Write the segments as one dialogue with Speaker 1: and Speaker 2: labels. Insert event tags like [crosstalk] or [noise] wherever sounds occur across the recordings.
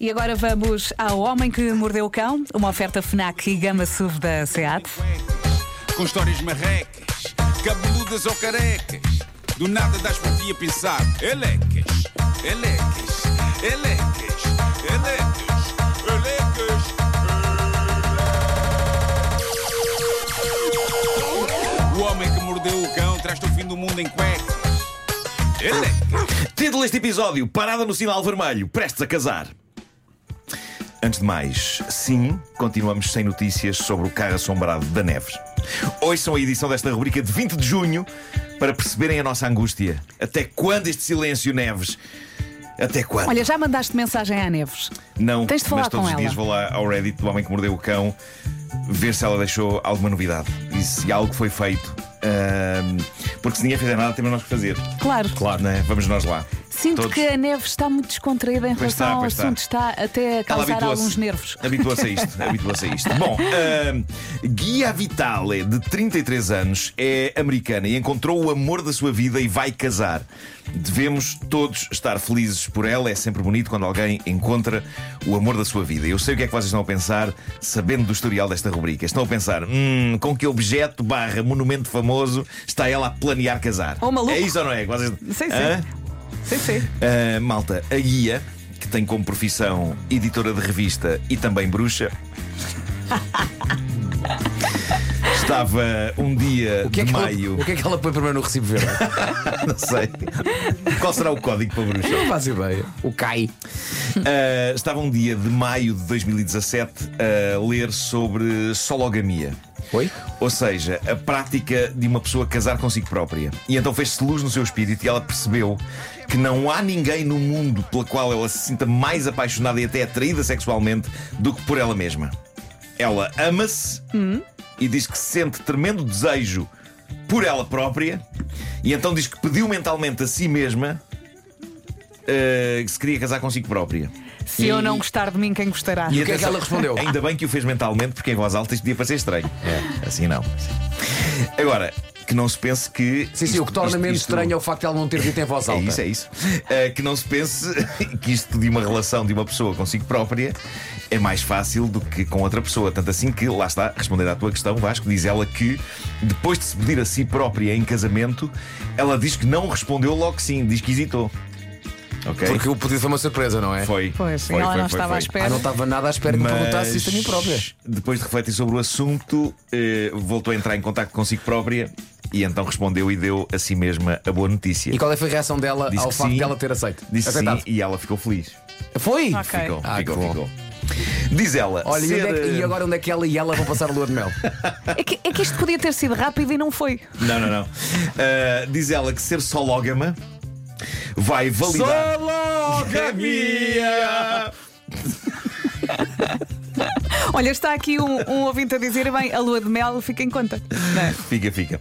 Speaker 1: E agora vamos ao Homem que Mordeu o Cão, uma oferta FNAC e Gama SUV da SEAT.
Speaker 2: Com histórias marrecas, cabeludas ou carecas, do nada das por ti a pensar. Elecas, elecas, elecas, elecas, elecas. O homem que mordeu o cão traz-te o fim do mundo em cuecas. Elecas.
Speaker 3: Título deste episódio: Parada no sinal vermelho, prestes a casar. Antes de mais, sim, continuamos sem notícias sobre o carro assombrado da Neves. Ouçam a edição desta rubrica de 20 de junho para perceberem a nossa angústia. Até quando este silêncio, Neves? Até quando?
Speaker 1: Olha, já mandaste mensagem à Neves.
Speaker 3: Não,
Speaker 1: tens de falar
Speaker 3: mas todos
Speaker 1: com
Speaker 3: os dias
Speaker 1: ela.
Speaker 3: vou lá ao Reddit do Homem que Mordeu o Cão ver se ela deixou alguma novidade e se algo foi feito. Ahm, porque se ninguém fizer nada, temos nós que fazer.
Speaker 1: Claro.
Speaker 3: Né? Vamos nós lá.
Speaker 1: Sinto
Speaker 3: Todos.
Speaker 1: que a Neves está muito descontraída em
Speaker 3: Pois
Speaker 1: relação
Speaker 3: está,
Speaker 1: ao
Speaker 3: pois está.
Speaker 1: assunto, está até a
Speaker 3: Ela
Speaker 1: causar
Speaker 3: habituou-se-
Speaker 1: É alguns nervos.
Speaker 3: Habituou-se a isto. habituou-se a
Speaker 1: [laughs]
Speaker 3: isto. Bom, ahm, Guia Vitale, de 33 anos, é americana e encontrou o amor da sua vida e vai casar. Devemos todos estar felizes por ela. É sempre bonito quando alguém encontra o amor da sua vida. Eu sei o que é que vocês estão a pensar, sabendo do historial desta rubrica. Estão a pensar, hum, com que objeto barra monumento famoso está ela a planear casar?
Speaker 1: Oh, maluco.
Speaker 3: É isso ou não é? Vocês...
Speaker 1: Sim, sim.
Speaker 3: Hã?
Speaker 1: Sim, sim.
Speaker 3: Uh, malta, a guia, que tem como profissão editora de revista e também
Speaker 4: [laughs]
Speaker 3: bruxa. Estava um dia
Speaker 4: O que, é
Speaker 3: de
Speaker 4: que
Speaker 3: maio, [laughs]
Speaker 4: Ela, o que é que ela põe primeiro no recibo verde?
Speaker 3: não sei. Qual será o código para bruxa?
Speaker 4: Não faz ideia. O CAI.
Speaker 3: Uh, estava um dia de maio de 2017 a eh, ler sobre sologamia.
Speaker 4: Oi?
Speaker 3: Ou seja, a prática de uma pessoa casar consigo própria. E então fez-se luz no seu espírito e ela percebeu que não há ninguém no mundo pela qual ela se sinta mais apaixonada e até atraída sexualmente do que por ela mesma. Ela ama-se e diz que sente tremendo desejo por ela própria e então diz que pediu mentalmente a si mesma eh, que se queria casar consigo própria.
Speaker 1: Se eu não gostar de mim, quem gostará?
Speaker 4: o que é que
Speaker 3: atenção,
Speaker 4: ela respondeu?
Speaker 3: Ainda bem que o fez mentalmente, porque em voz alta isto podia parecer estranho. É, assim não. Agora, que não se pense que.
Speaker 4: Sim, sim,
Speaker 3: isto-
Speaker 4: o que torna
Speaker 3: isto-
Speaker 4: menos
Speaker 3: isto-
Speaker 4: estranho é o facto de ela não ter dito em voz alta.
Speaker 3: É isso, é isso. Eh, que não se pense [laughs] que isto de uma relação de uma pessoa consigo própria é mais fácil do que com outra pessoa. Tanto assim que, lá está, respondendo à tua questão, Vasco, diz ela que depois de se pedir a si própria em casamento, ela diz que não respondeu logo sim, diz que hesitou. Ok?
Speaker 4: Porque o pedido foi uma surpresa, não é?
Speaker 3: foi.
Speaker 1: Pois, ela não estava à espera.
Speaker 4: Ah, não estava nada à espera de me perguntar se isto é a mim própria.
Speaker 3: Depois de refletir sobre o assunto, eh, voltou a entrar em contato consigo própria e então respondeu e deu a si mesma a boa notícia.
Speaker 4: E qual é que foi a reação dela
Speaker 3: Disse
Speaker 4: ao
Speaker 3: que
Speaker 4: facto
Speaker 3: sim.
Speaker 4: de ela ter aceito?
Speaker 3: Disse que
Speaker 4: Aceitado.
Speaker 3: sim e ela ficou feliz.
Speaker 4: Foi?
Speaker 1: Ok.
Speaker 3: Ficou,
Speaker 4: Ah,
Speaker 3: ficou,
Speaker 4: que bom.
Speaker 3: ficou. Diz ela.
Speaker 4: Olha, e,
Speaker 3: ser,
Speaker 4: onde é que- e
Speaker 3: eh,
Speaker 4: agora onde é que ela e ela vão passar a lua de mel?
Speaker 1: É que, é que isto podia ter sido rápido e não foi.
Speaker 3: Não, não, não. Eh, diz ela que ser sológama vai validar. Sologamia!
Speaker 1: Olha, está aqui um, um ouvinte a dizer: bem, a lua de mel fica em conta. Não é?
Speaker 3: Fica, fica.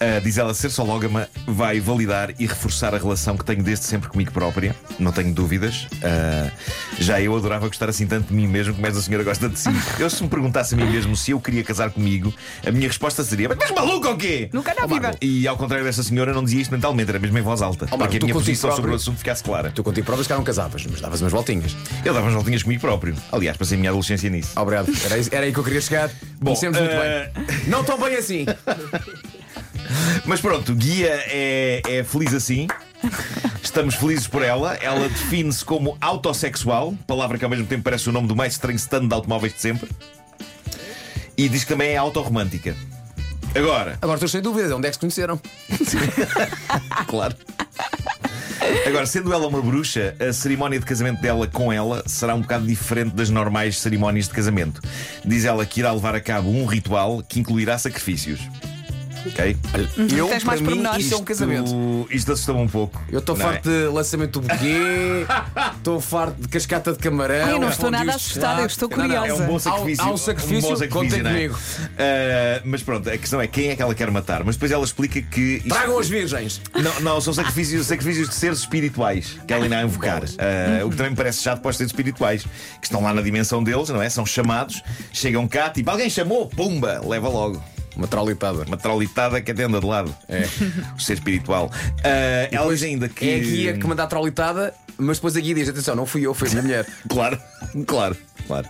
Speaker 3: Ah, diz ela, ser sológama vai validar e reforçar a relação que tenho desde sempre comigo própria. Não tenho dúvidas. Ah, já eu adorava gostar assim tanto de mim mesmo como esta senhora gosta de si. Eu, se me perguntasse a mim mesmo se eu queria casar comigo, a minha resposta seria: Mas estás maluco ou quê?
Speaker 1: Nunca na
Speaker 4: Oh,
Speaker 1: vida.
Speaker 4: Marco.
Speaker 3: E ao contrário desta senhora, não dizia isto mentalmente, era mesmo em voz alta.
Speaker 4: Oh, Marco,
Speaker 3: para que a
Speaker 4: tu
Speaker 3: minha
Speaker 4: contigo
Speaker 3: posição sobre
Speaker 4: próprio-
Speaker 3: o assunto ficasse clara.
Speaker 4: tu contigo provas que ela não casavas, mas davas umas voltinhas.
Speaker 3: Eu dava umas voltinhas comigo próprio. Aliás, passei a minha adolescência nisso.
Speaker 4: Obrigado. Era, isso- era aí que eu queria chegar. Conhecemos muito
Speaker 3: eh,
Speaker 4: bem. Não tão bem assim.
Speaker 3: Mas pronto, Guia é, é feliz assim. Estamos felizes por ela. Ela define-se como autossexual, palavra que ao mesmo tempo parece o nome do mais estranho stand de automóveis de sempre. E diz que também é autorromântica. Agora,
Speaker 4: Agora estou sem dúvidas. Onde é que se conheceram? Ah,
Speaker 3: claro. Agora, sendo ela uma bruxa, a cerimónia de casamento dela com ela será um bocado diferente das normais cerimónias de casamento. Diz ela que irá levar a cabo um ritual que incluirá sacrifícios. Ok?
Speaker 4: Eu,
Speaker 1: Tens mais
Speaker 4: para mim,
Speaker 1: pormenores?
Speaker 4: isto é um casamento.
Speaker 3: Isto, isto assustou-me um pouco.
Speaker 4: Eu estou
Speaker 3: não é?
Speaker 4: farto de lançamento do
Speaker 3: [laughs]
Speaker 4: buquê, estou farto de cascata de camarão.
Speaker 1: Ai, eu não estou
Speaker 4: fondue
Speaker 1: nada
Speaker 4: de
Speaker 1: assustada, eu estou
Speaker 4: chocolate.
Speaker 1: curiosa.
Speaker 3: É um bom sacrifício.
Speaker 4: Há um- há um sacrifício,
Speaker 3: bom
Speaker 4: contem
Speaker 3: não é?
Speaker 4: comigo.
Speaker 3: Ah, mas pronto, a questão é quem é que ela quer matar. Mas depois ela explica que. isto-
Speaker 4: Tragam as virgens!
Speaker 3: Não, não, são sacrifícios, sacrifícios de seres espirituais que ela irá invocar. Ah, o que também me parece chato para os seres espirituais, que estão lá na dimensão deles, não é? São chamados, chegam cá, tipo, alguém chamou, pumba, leva logo.
Speaker 4: Uma traulitada.
Speaker 3: Uma traulitada que atenda de lado.
Speaker 4: É.
Speaker 3: O ser espiritual. Ah, ela diz ainda que.
Speaker 4: É a guia que manda a traulitada Mas depois aqui diz: atenção, não fui eu, foi a
Speaker 3: [laughs]
Speaker 4: minha mulher.
Speaker 3: Claro, claro, claro.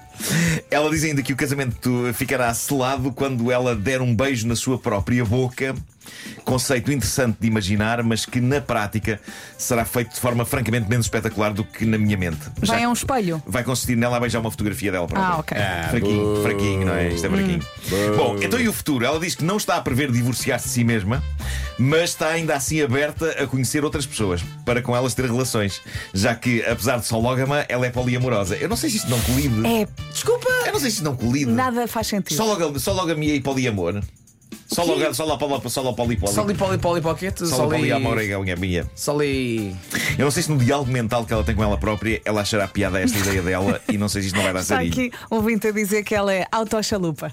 Speaker 3: Ela diz ainda que o casamento ficará selado quando ela der um beijo na sua própria boca. Conceito interessante de imaginar, mas que na prática será feito de forma francamente menos espetacular do que na minha mente.
Speaker 1: Vai
Speaker 3: Já-
Speaker 1: a um espelho.
Speaker 3: Vai consistir nela a beijar uma fotografia dela própria.
Speaker 1: Ah, ok.
Speaker 3: fraquinho, fraquinho, não é? Isto é fraquinho. Bom, então e o futuro? Ela diz que não está a prever divorciar-se de si mesma, mas está ainda assim aberta a conhecer outras pessoas para com elas ter relações, já que, apesar de sológama, ela é poliamorosa. Eu não sei se isto não colide.
Speaker 1: É, desculpa,
Speaker 3: Eu não sei se isto não colide.
Speaker 1: nada faz sentido.
Speaker 3: Só logo, só logo a minha e poliamor. Só logo, só logo, só logo poli poli.
Speaker 4: Soli, poli, poli, pocket.
Speaker 3: Só logo
Speaker 4: Soli.
Speaker 3: poliamor é a minha.
Speaker 4: Soli.
Speaker 3: Eu não sei se no diálogo mental que ela tem com ela própria ela achará piada a esta ideia dela e não sei se isto não vai dar
Speaker 1: Está
Speaker 3: sarilho.
Speaker 1: aqui um ouvinte a dizer que ela é autoxalupa.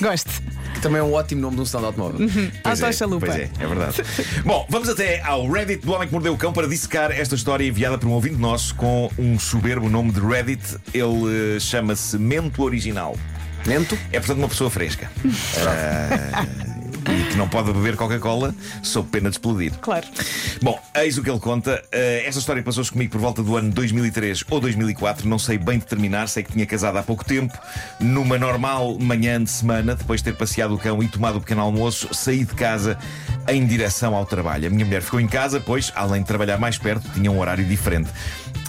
Speaker 1: Gosto.
Speaker 4: Que também é um ótimo nome de um stand de automóvel.
Speaker 1: Uhum.
Speaker 3: Pois é,
Speaker 1: Autoxalupa.
Speaker 3: Pois é, é verdade. Bom, vamos até ao Reddit do Homem que Mordeu o Cão para dissecar esta história enviada por um ouvinte nosso com um soberbo nome de Reddit. Ele eh, chama-se Mento Original.
Speaker 4: Lento.
Speaker 3: É, portanto, uma pessoa fresca. Ah, e que não pode beber Coca-Cola sob pena de explodir.
Speaker 1: Claro.
Speaker 3: Bom, eis o que ele conta. Eh, esta história passou-se comigo por volta do ano 2003 ou 2004, não sei bem determinar, sei que tinha casado há pouco tempo. Numa normal manhã de semana, depois de ter passeado o cão e tomado o pequeno almoço, saí de casa em direção ao trabalho. A minha mulher ficou em casa, pois, além de trabalhar mais perto, tinha um horário diferente.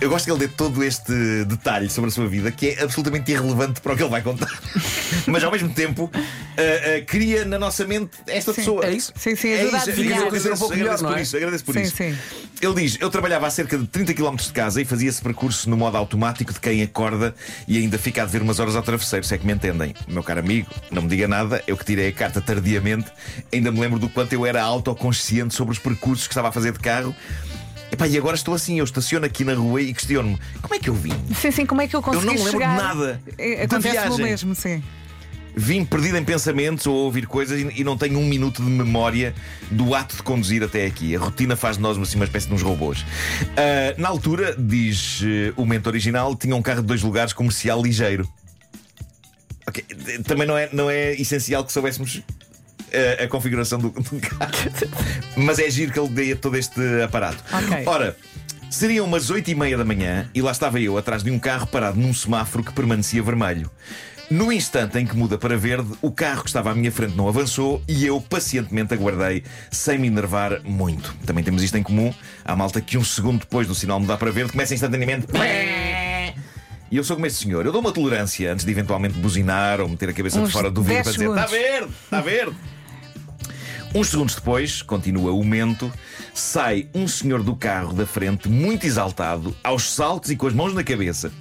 Speaker 3: Eu gosto que ele dê todo este detalhe sobre a sua vida, que é absolutamente irrelevante para o que ele vai contar. [laughs] Mas ao mesmo tempo, eh, eh, cria na nossa mente esta pessoa.
Speaker 4: é isso.
Speaker 1: Sim, sim,
Speaker 3: É
Speaker 1: ajuda a
Speaker 3: isso,
Speaker 1: adivinhar.
Speaker 3: eu agradeço,
Speaker 4: Um pouco
Speaker 3: agradeço
Speaker 4: melhor, não
Speaker 3: por
Speaker 4: é?
Speaker 3: isso, agradeço por
Speaker 1: Sim,
Speaker 3: isso.
Speaker 1: sim.
Speaker 3: Ele diz: Eu trabalhava a cerca de 30 km de casa e fazia esse percurso no modo automático de quem acorda e ainda fica a dever umas horas ao travesseiro, se é que me entendem. Meu caro amigo, não me diga nada, eu que tirei a carta tardiamente, ainda me lembro do quanto eu era autoconsciente sobre os percursos que estava a fazer de carro. Epá, e agora estou assim, eu estaciono aqui na rua e questiono-me: como é que eu vim?
Speaker 1: Sim, sim, como é que eu consegui
Speaker 3: não me lembro de
Speaker 1: chegar?
Speaker 3: nada
Speaker 1: É,
Speaker 3: da
Speaker 1: Acontece-me o
Speaker 3: viagem.
Speaker 1: mesmo, sim.
Speaker 3: Vim perdido em pensamentos ou a ouvir coisas e e não tenho um minuto de memória do ato de conduzir até aqui. A rotina faz de nós assim, uma espécie de uns robôs. Ah, na altura, diz eh, o momento original, tinha um carro de dois lugares comercial ligeiro. Ok, d- Também não é, não é essencial que soubéssemos eh, a configuração do, do carro. Mas é giro que ele dê todo este aparato.
Speaker 1: Ok.
Speaker 3: Ora, seriam umas 8 e meia da manhã e lá estava eu atrás de um carro parado num semáforo que permanecia vermelho. No instante em que muda para verde, o carro que estava à minha frente não avançou e eu pacientemente aguardei, sem me enervar muito. Também temos isto em comum. Há malta que um segundo depois do sinal mudar para verde começa instantaneamente. E eu sou como este senhor. Eu dou uma tolerância antes de eventualmente buzinar ou meter a cabeça
Speaker 1: Uns
Speaker 3: de fora do vidro
Speaker 1: 10
Speaker 3: para dizer:
Speaker 1: segundos.
Speaker 3: está verde, está verde. Uns segundos depois, continua o mento, sai um senhor do carro da frente, muito exaltado, aos saltos e com as mãos na cabeça.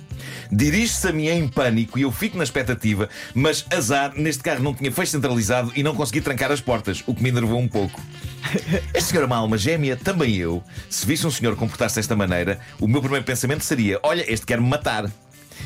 Speaker 3: Dirige-se a mim em pânico e eu fico na expectativa, mas azar, neste carro não tinha fecho centralizado e não consegui trancar as portas, o que me enervou um pouco. Este senhor é uma alma gêmea, também eu. Se visse um senhor comportar-se desta maneira, o meu primeiro pensamento seria: olha, este quer me matar.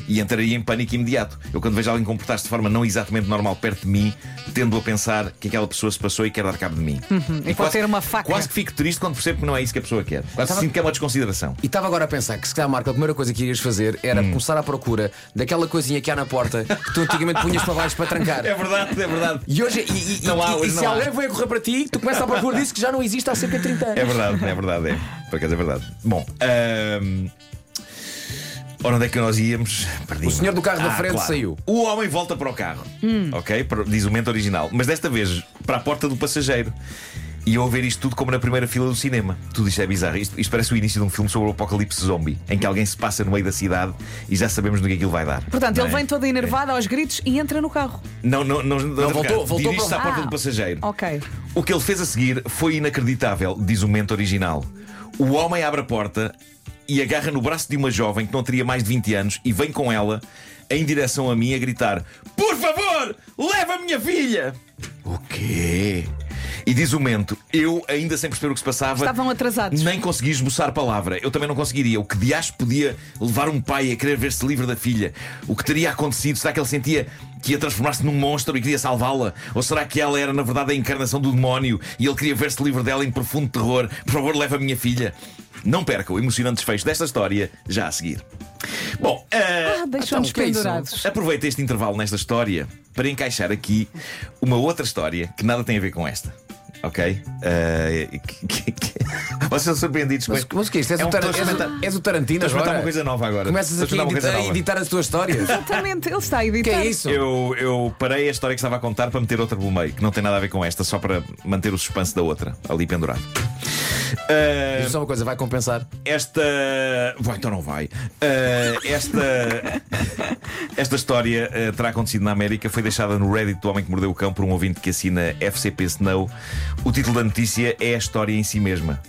Speaker 3: E entraria em pânico imediato. Eu, quando vejo alguém comportar-se de forma não exatamente normal perto de mim, tendo a pensar que aquela pessoa se passou e quer dar cabo de mim.
Speaker 1: Uhum, E pode ter uma faca.
Speaker 3: Quase que fico triste quando percebo que não é isso que a pessoa quer. Quase
Speaker 4: Estava-
Speaker 3: sinto que é uma desconsideração.
Speaker 4: E estava agora a pensar que, se calhar, Marco, a primeira coisa que irias fazer era
Speaker 3: Hum.
Speaker 4: começar à procura daquela coisinha que há na porta que tu antigamente punhas para baixo para trancar.
Speaker 3: verdade, é verdade.
Speaker 4: E hoje, e, e-
Speaker 3: Não
Speaker 4: e-
Speaker 3: há,
Speaker 4: e
Speaker 3: hoje
Speaker 4: se
Speaker 3: não há.
Speaker 4: alguém vai correr para ti, tu começas à procura disso que já não existe há cerca de 30 anos.
Speaker 3: É verdade, é verdade, é. Por acaso é verdade. Bom, ahm, ora onde é que nós íamos? Perdi-me.
Speaker 4: O senhor do carro da
Speaker 3: Ah,
Speaker 4: frente
Speaker 3: claro.
Speaker 4: saiu.
Speaker 3: O homem volta para o carro, ok? Para- Diz o momento original, mas desta vez para a porta do passageiro. E eu a ver isto tudo como na primeira fila do cinema. Tudo isto é bizarro. Isto, isto parece o início de um filme sobre o apocalipse zombie, em que alguém se passa no meio da cidade e já sabemos no que aquilo vai dar.
Speaker 1: Portanto,
Speaker 3: Não
Speaker 1: ele
Speaker 3: é?
Speaker 1: vem todo enervado aos gritos e entra no carro.
Speaker 3: Não, não, não, não, não
Speaker 4: voltou, voltou
Speaker 3: Dirige-se
Speaker 4: para
Speaker 3: à
Speaker 4: o-
Speaker 3: porta
Speaker 1: Ah,
Speaker 3: do passageiro.
Speaker 1: Ok.
Speaker 3: O que ele fez a seguir foi inacreditável, diz o momento original. O homem abre a porta e agarra no braço de uma jovem que não teria mais de 20 anos e vem com ela em direção a mim a gritar: Por favor, leva a minha filha! O quê? E diz o momento, eu ainda sem perceber o que se passava.
Speaker 1: Estavam atrasados.
Speaker 3: Nem consegui esboçar palavra. Eu também não conseguiria. O que de acho podia levar um pai a querer ver-se livre da filha? O que teria acontecido? Será que ele sentia que ia transformar-se num monstro e queria salvá-la? Ou será que ela era, na verdade, a encarnação do demónio e ele queria ver-se livre dela em profundo terror? Por favor, leva a minha filha. Não perca o emocionante desfecho desta história já a seguir. Bom, ah,
Speaker 1: Ah, deixou-nos
Speaker 4: então, o que é isso?
Speaker 1: pendurados.
Speaker 3: Aproveito este intervalo nesta história para encaixar aqui uma outra história que nada tem a ver com esta. ok? Ah, que- que- que- [laughs] Vocês são surpreendidos
Speaker 4: Mas,
Speaker 3: com
Speaker 4: mas o que é isto? És,
Speaker 3: É
Speaker 4: o
Speaker 3: um-
Speaker 4: Taran-
Speaker 3: estou a
Speaker 4: és o-
Speaker 3: experimentar-
Speaker 4: és o Tarantino
Speaker 3: Estou a experimentar
Speaker 4: agora?
Speaker 3: uma coisa nova agora.
Speaker 4: Começas
Speaker 3: Estou a
Speaker 4: aqui a
Speaker 3: experimentar uma coisa
Speaker 4: editar, a
Speaker 3: nova.
Speaker 4: editar as tuas histórias.
Speaker 3: [laughs]
Speaker 1: Exatamente, ele está a
Speaker 4: que
Speaker 1: editar.
Speaker 4: é isso?
Speaker 3: Eu, eu parei a história que estava a contar para meter outra pelo meio, que não tem nada a ver com esta, só para manter o suspense da outra, ali pendurado. Ah,
Speaker 4: Diz-me Só uma coisa, vai compensar.
Speaker 3: Esta. Bom, então não vai. Eh, esta. Esta história eh, terá acontecido na América. Foi deixada no Reddit do Homem que Mordeu o Cão por um ouvinte que assina FCP Snow. O título da notícia é a história em si mesma.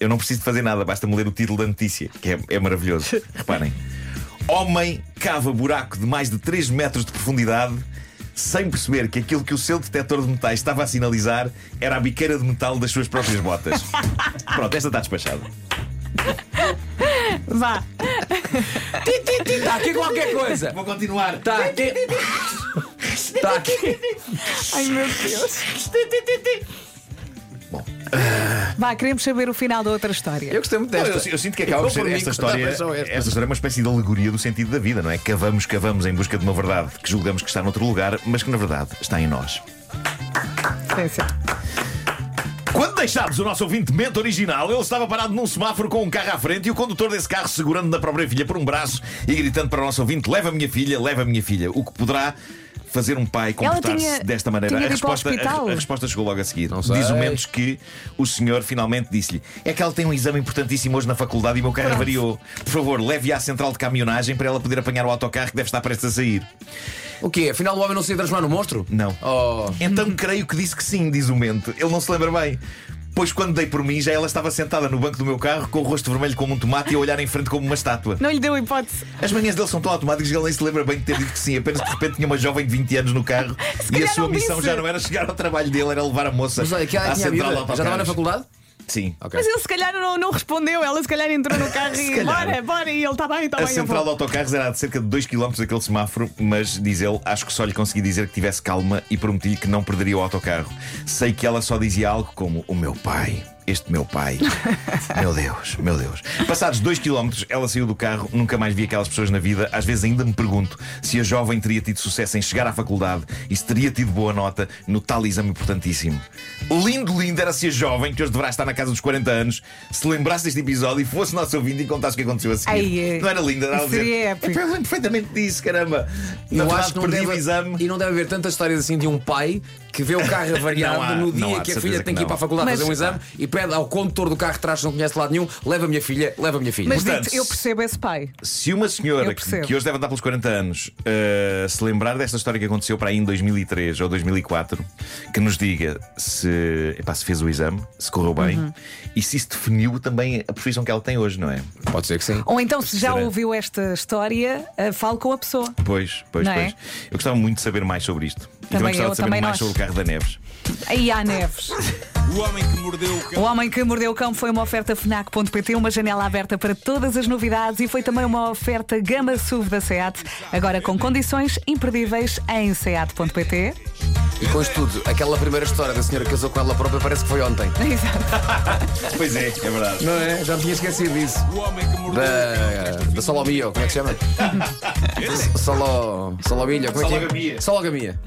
Speaker 3: Eu não preciso de fazer nada, basta-me ler o título da notícia, que é, é maravilhoso. Reparem: Homem cava buraco de mais de 3 metros de profundidade. Sem perceber que aquilo que o seu detector de metais estava a sinalizar era a biqueira de metal das suas próprias botas. Pronto, esta está despachada.
Speaker 1: Vá.
Speaker 4: Está Tá aqui qualquer coisa.
Speaker 3: Vou continuar.
Speaker 4: Está aqui. Está aqui.
Speaker 1: Ai meu Deus.
Speaker 3: Bom.
Speaker 1: Vá, queremos saber o final da outra história.
Speaker 4: Eu gostei muito
Speaker 3: Não,
Speaker 4: desta.
Speaker 3: eu, eu sinto que acaba por ser
Speaker 4: Eu, Então, por mim,
Speaker 3: esta história.
Speaker 4: contava só esta.
Speaker 3: Esta história é uma espécie de alegoria do sentido da vida, não é? Cavamos, cavamos em busca de uma verdade que julgamos que está noutro lugar, mas que na verdade está em nós.
Speaker 1: Sim, sim.
Speaker 3: Quando deixámos o nosso ouvinte mente original, ele estava parado num semáforo com um carro à frente e o condutor desse carro segurando na própria filha por um braço e gritando para o nosso ouvinte: leva a minha filha, leva a minha filha. O que poderá. Fazer um pai
Speaker 1: Ela
Speaker 3: comportar-se
Speaker 1: tinha-
Speaker 3: desta maneira.
Speaker 1: tinha de
Speaker 3: a,
Speaker 1: ir para o
Speaker 3: resposta, a,
Speaker 1: hospital?
Speaker 3: a resposta chegou logo a seguir.
Speaker 4: sei.
Speaker 3: Diz o Mendes que o senhor finalmente disse-lhe: É que ela tem um exame importantíssimo hoje na faculdade e o meu carro avariou. Por favor, leve-a à central de caminhonagem para ela poder apanhar o autocarro que deve estar prestes a sair.
Speaker 4: O quê? Afinal, o homem não se ia transformar num monstro?
Speaker 3: é- Não.
Speaker 4: Oh.
Speaker 3: Então creio que disse que sim, diz o mente. Ele não se lembra bem. Pois quando dei por mim, já ela estava sentada no banco do meu carro com o rosto vermelho como um tomate e a olhar em frente como uma estátua.
Speaker 1: Não lhe deu hipótese.
Speaker 3: As manhãs dele são tão automáticas que ele nem se lembra bem de ter dito que sim, apenas que de repente tinha uma jovem de 20 anos no
Speaker 4: [laughs]
Speaker 3: carro e a
Speaker 1: calhar
Speaker 3: sua
Speaker 1: não
Speaker 3: missão
Speaker 1: disse.
Speaker 3: já não era chegar ao trabalho dele, era levar a moça
Speaker 4: Mas olha, que
Speaker 3: à
Speaker 4: ela tinha a
Speaker 3: central
Speaker 4: miúda.
Speaker 3: de
Speaker 4: Já estava na
Speaker 3: autocarros.
Speaker 4: faculdade?
Speaker 3: Sim.
Speaker 4: Ok.
Speaker 1: Mas ele se calhar não, não respondeu, ela se calhar entrou
Speaker 3: [laughs]
Speaker 1: no carro
Speaker 3: Se
Speaker 1: e
Speaker 3: calhar.
Speaker 1: bora, bora, e ele está tá bem, está
Speaker 3: A
Speaker 1: bem. eu
Speaker 3: central de
Speaker 1: vou.
Speaker 3: autocarros era de cerca de 2 km daquele semáforo, mas, diz ele, acho que só lhe consegui dizer que tivesse calma e prometi-lhe que não perderia o autocarro. Sei que ela só dizia algo como: O meu pai, este
Speaker 1: [laughs]
Speaker 3: meu pai. meu Deus, meu Deus. Passados 2 km, ela saiu do carro, nunca mais vi aquelas pessoas na vida. Às vezes ainda me pergunto se a jovem teria tido sucesso em chegar à faculdade e se teria tido boa nota no tal exame importantíssimo. Lindo, lindo era se a jovem, que hoje deverá estar na casa dos 40 anos, se lembrasse deste episódio e fosse nosso ouvinte e contasse o que aconteceu a seguir.
Speaker 1: Ai, é.
Speaker 3: Não era linda, era a dizer.
Speaker 1: Seria épico.
Speaker 3: Eu lembro perfeitamente disso, caramba. Na
Speaker 4: eu
Speaker 3: verdade,
Speaker 4: acho que não
Speaker 3: perdi
Speaker 4: deve,
Speaker 3: o exame.
Speaker 4: e não deve haver tantas histórias assim de um pai que vê
Speaker 3: [laughs]
Speaker 4: o carro avariado
Speaker 3: Não há,
Speaker 4: no
Speaker 3: não
Speaker 4: dia
Speaker 3: há, de
Speaker 4: que a
Speaker 3: certeza
Speaker 4: filha tem
Speaker 3: que
Speaker 4: que, ir
Speaker 3: não.
Speaker 4: para a faculdade
Speaker 1: Mas-
Speaker 4: fazer um exame e pede ao condutor do carro de trás que não conhece de lado nenhum: leva a minha filha, leva a minha filha.
Speaker 1: Mas
Speaker 3: Portanto,
Speaker 1: dito, eu percebo esse pai.
Speaker 3: Se uma senhora
Speaker 1: Eu
Speaker 3: que,
Speaker 1: percebo.
Speaker 3: que hoje deve andar pelos 40 anos uh, se lembrar desta história que aconteceu para aí em 2003 ou 2004, que nos diga se, epá, se fez o exame, se correu bem
Speaker 1: Uhum.
Speaker 3: e se isso definiu também a profissão que ela tem hoje, não é?
Speaker 4: Pode ser que sim.
Speaker 1: Ou então, se já
Speaker 3: Será?
Speaker 1: ouviu esta história, ah, fale com a pessoa.
Speaker 3: Pois, pois,
Speaker 1: Não é?
Speaker 3: pois. Eu gostava muito de saber mais sobre isto. e
Speaker 1: Também
Speaker 3: também gostava
Speaker 1: eu,
Speaker 3: de saber
Speaker 1: também
Speaker 3: mais
Speaker 1: nós.
Speaker 3: sobre o carro da Neves.
Speaker 1: Aí há neves.
Speaker 2: O homem que mordeu o
Speaker 1: O
Speaker 2: cão.
Speaker 1: Homem que Mordeu o Cão foi uma oferta FNAC.pt, uma janela aberta para todas as novidades e foi também uma oferta Gama SUV da SEAT, agora com condições imperdíveis em SEAT.pt.
Speaker 4: E com isto tudo, aquela primeira história da senhora que casou com ela própria parece que foi ontem.
Speaker 1: Exato.
Speaker 3: Pois é, é verdade.
Speaker 4: Não é? Já me tinha esquecido disso.
Speaker 2: O homem que mordeu
Speaker 4: Da, da [laughs] Solomio, como é que se chama? Solo. Solomilho, como é que
Speaker 3: Sologamia.
Speaker 4: é? Sologamia.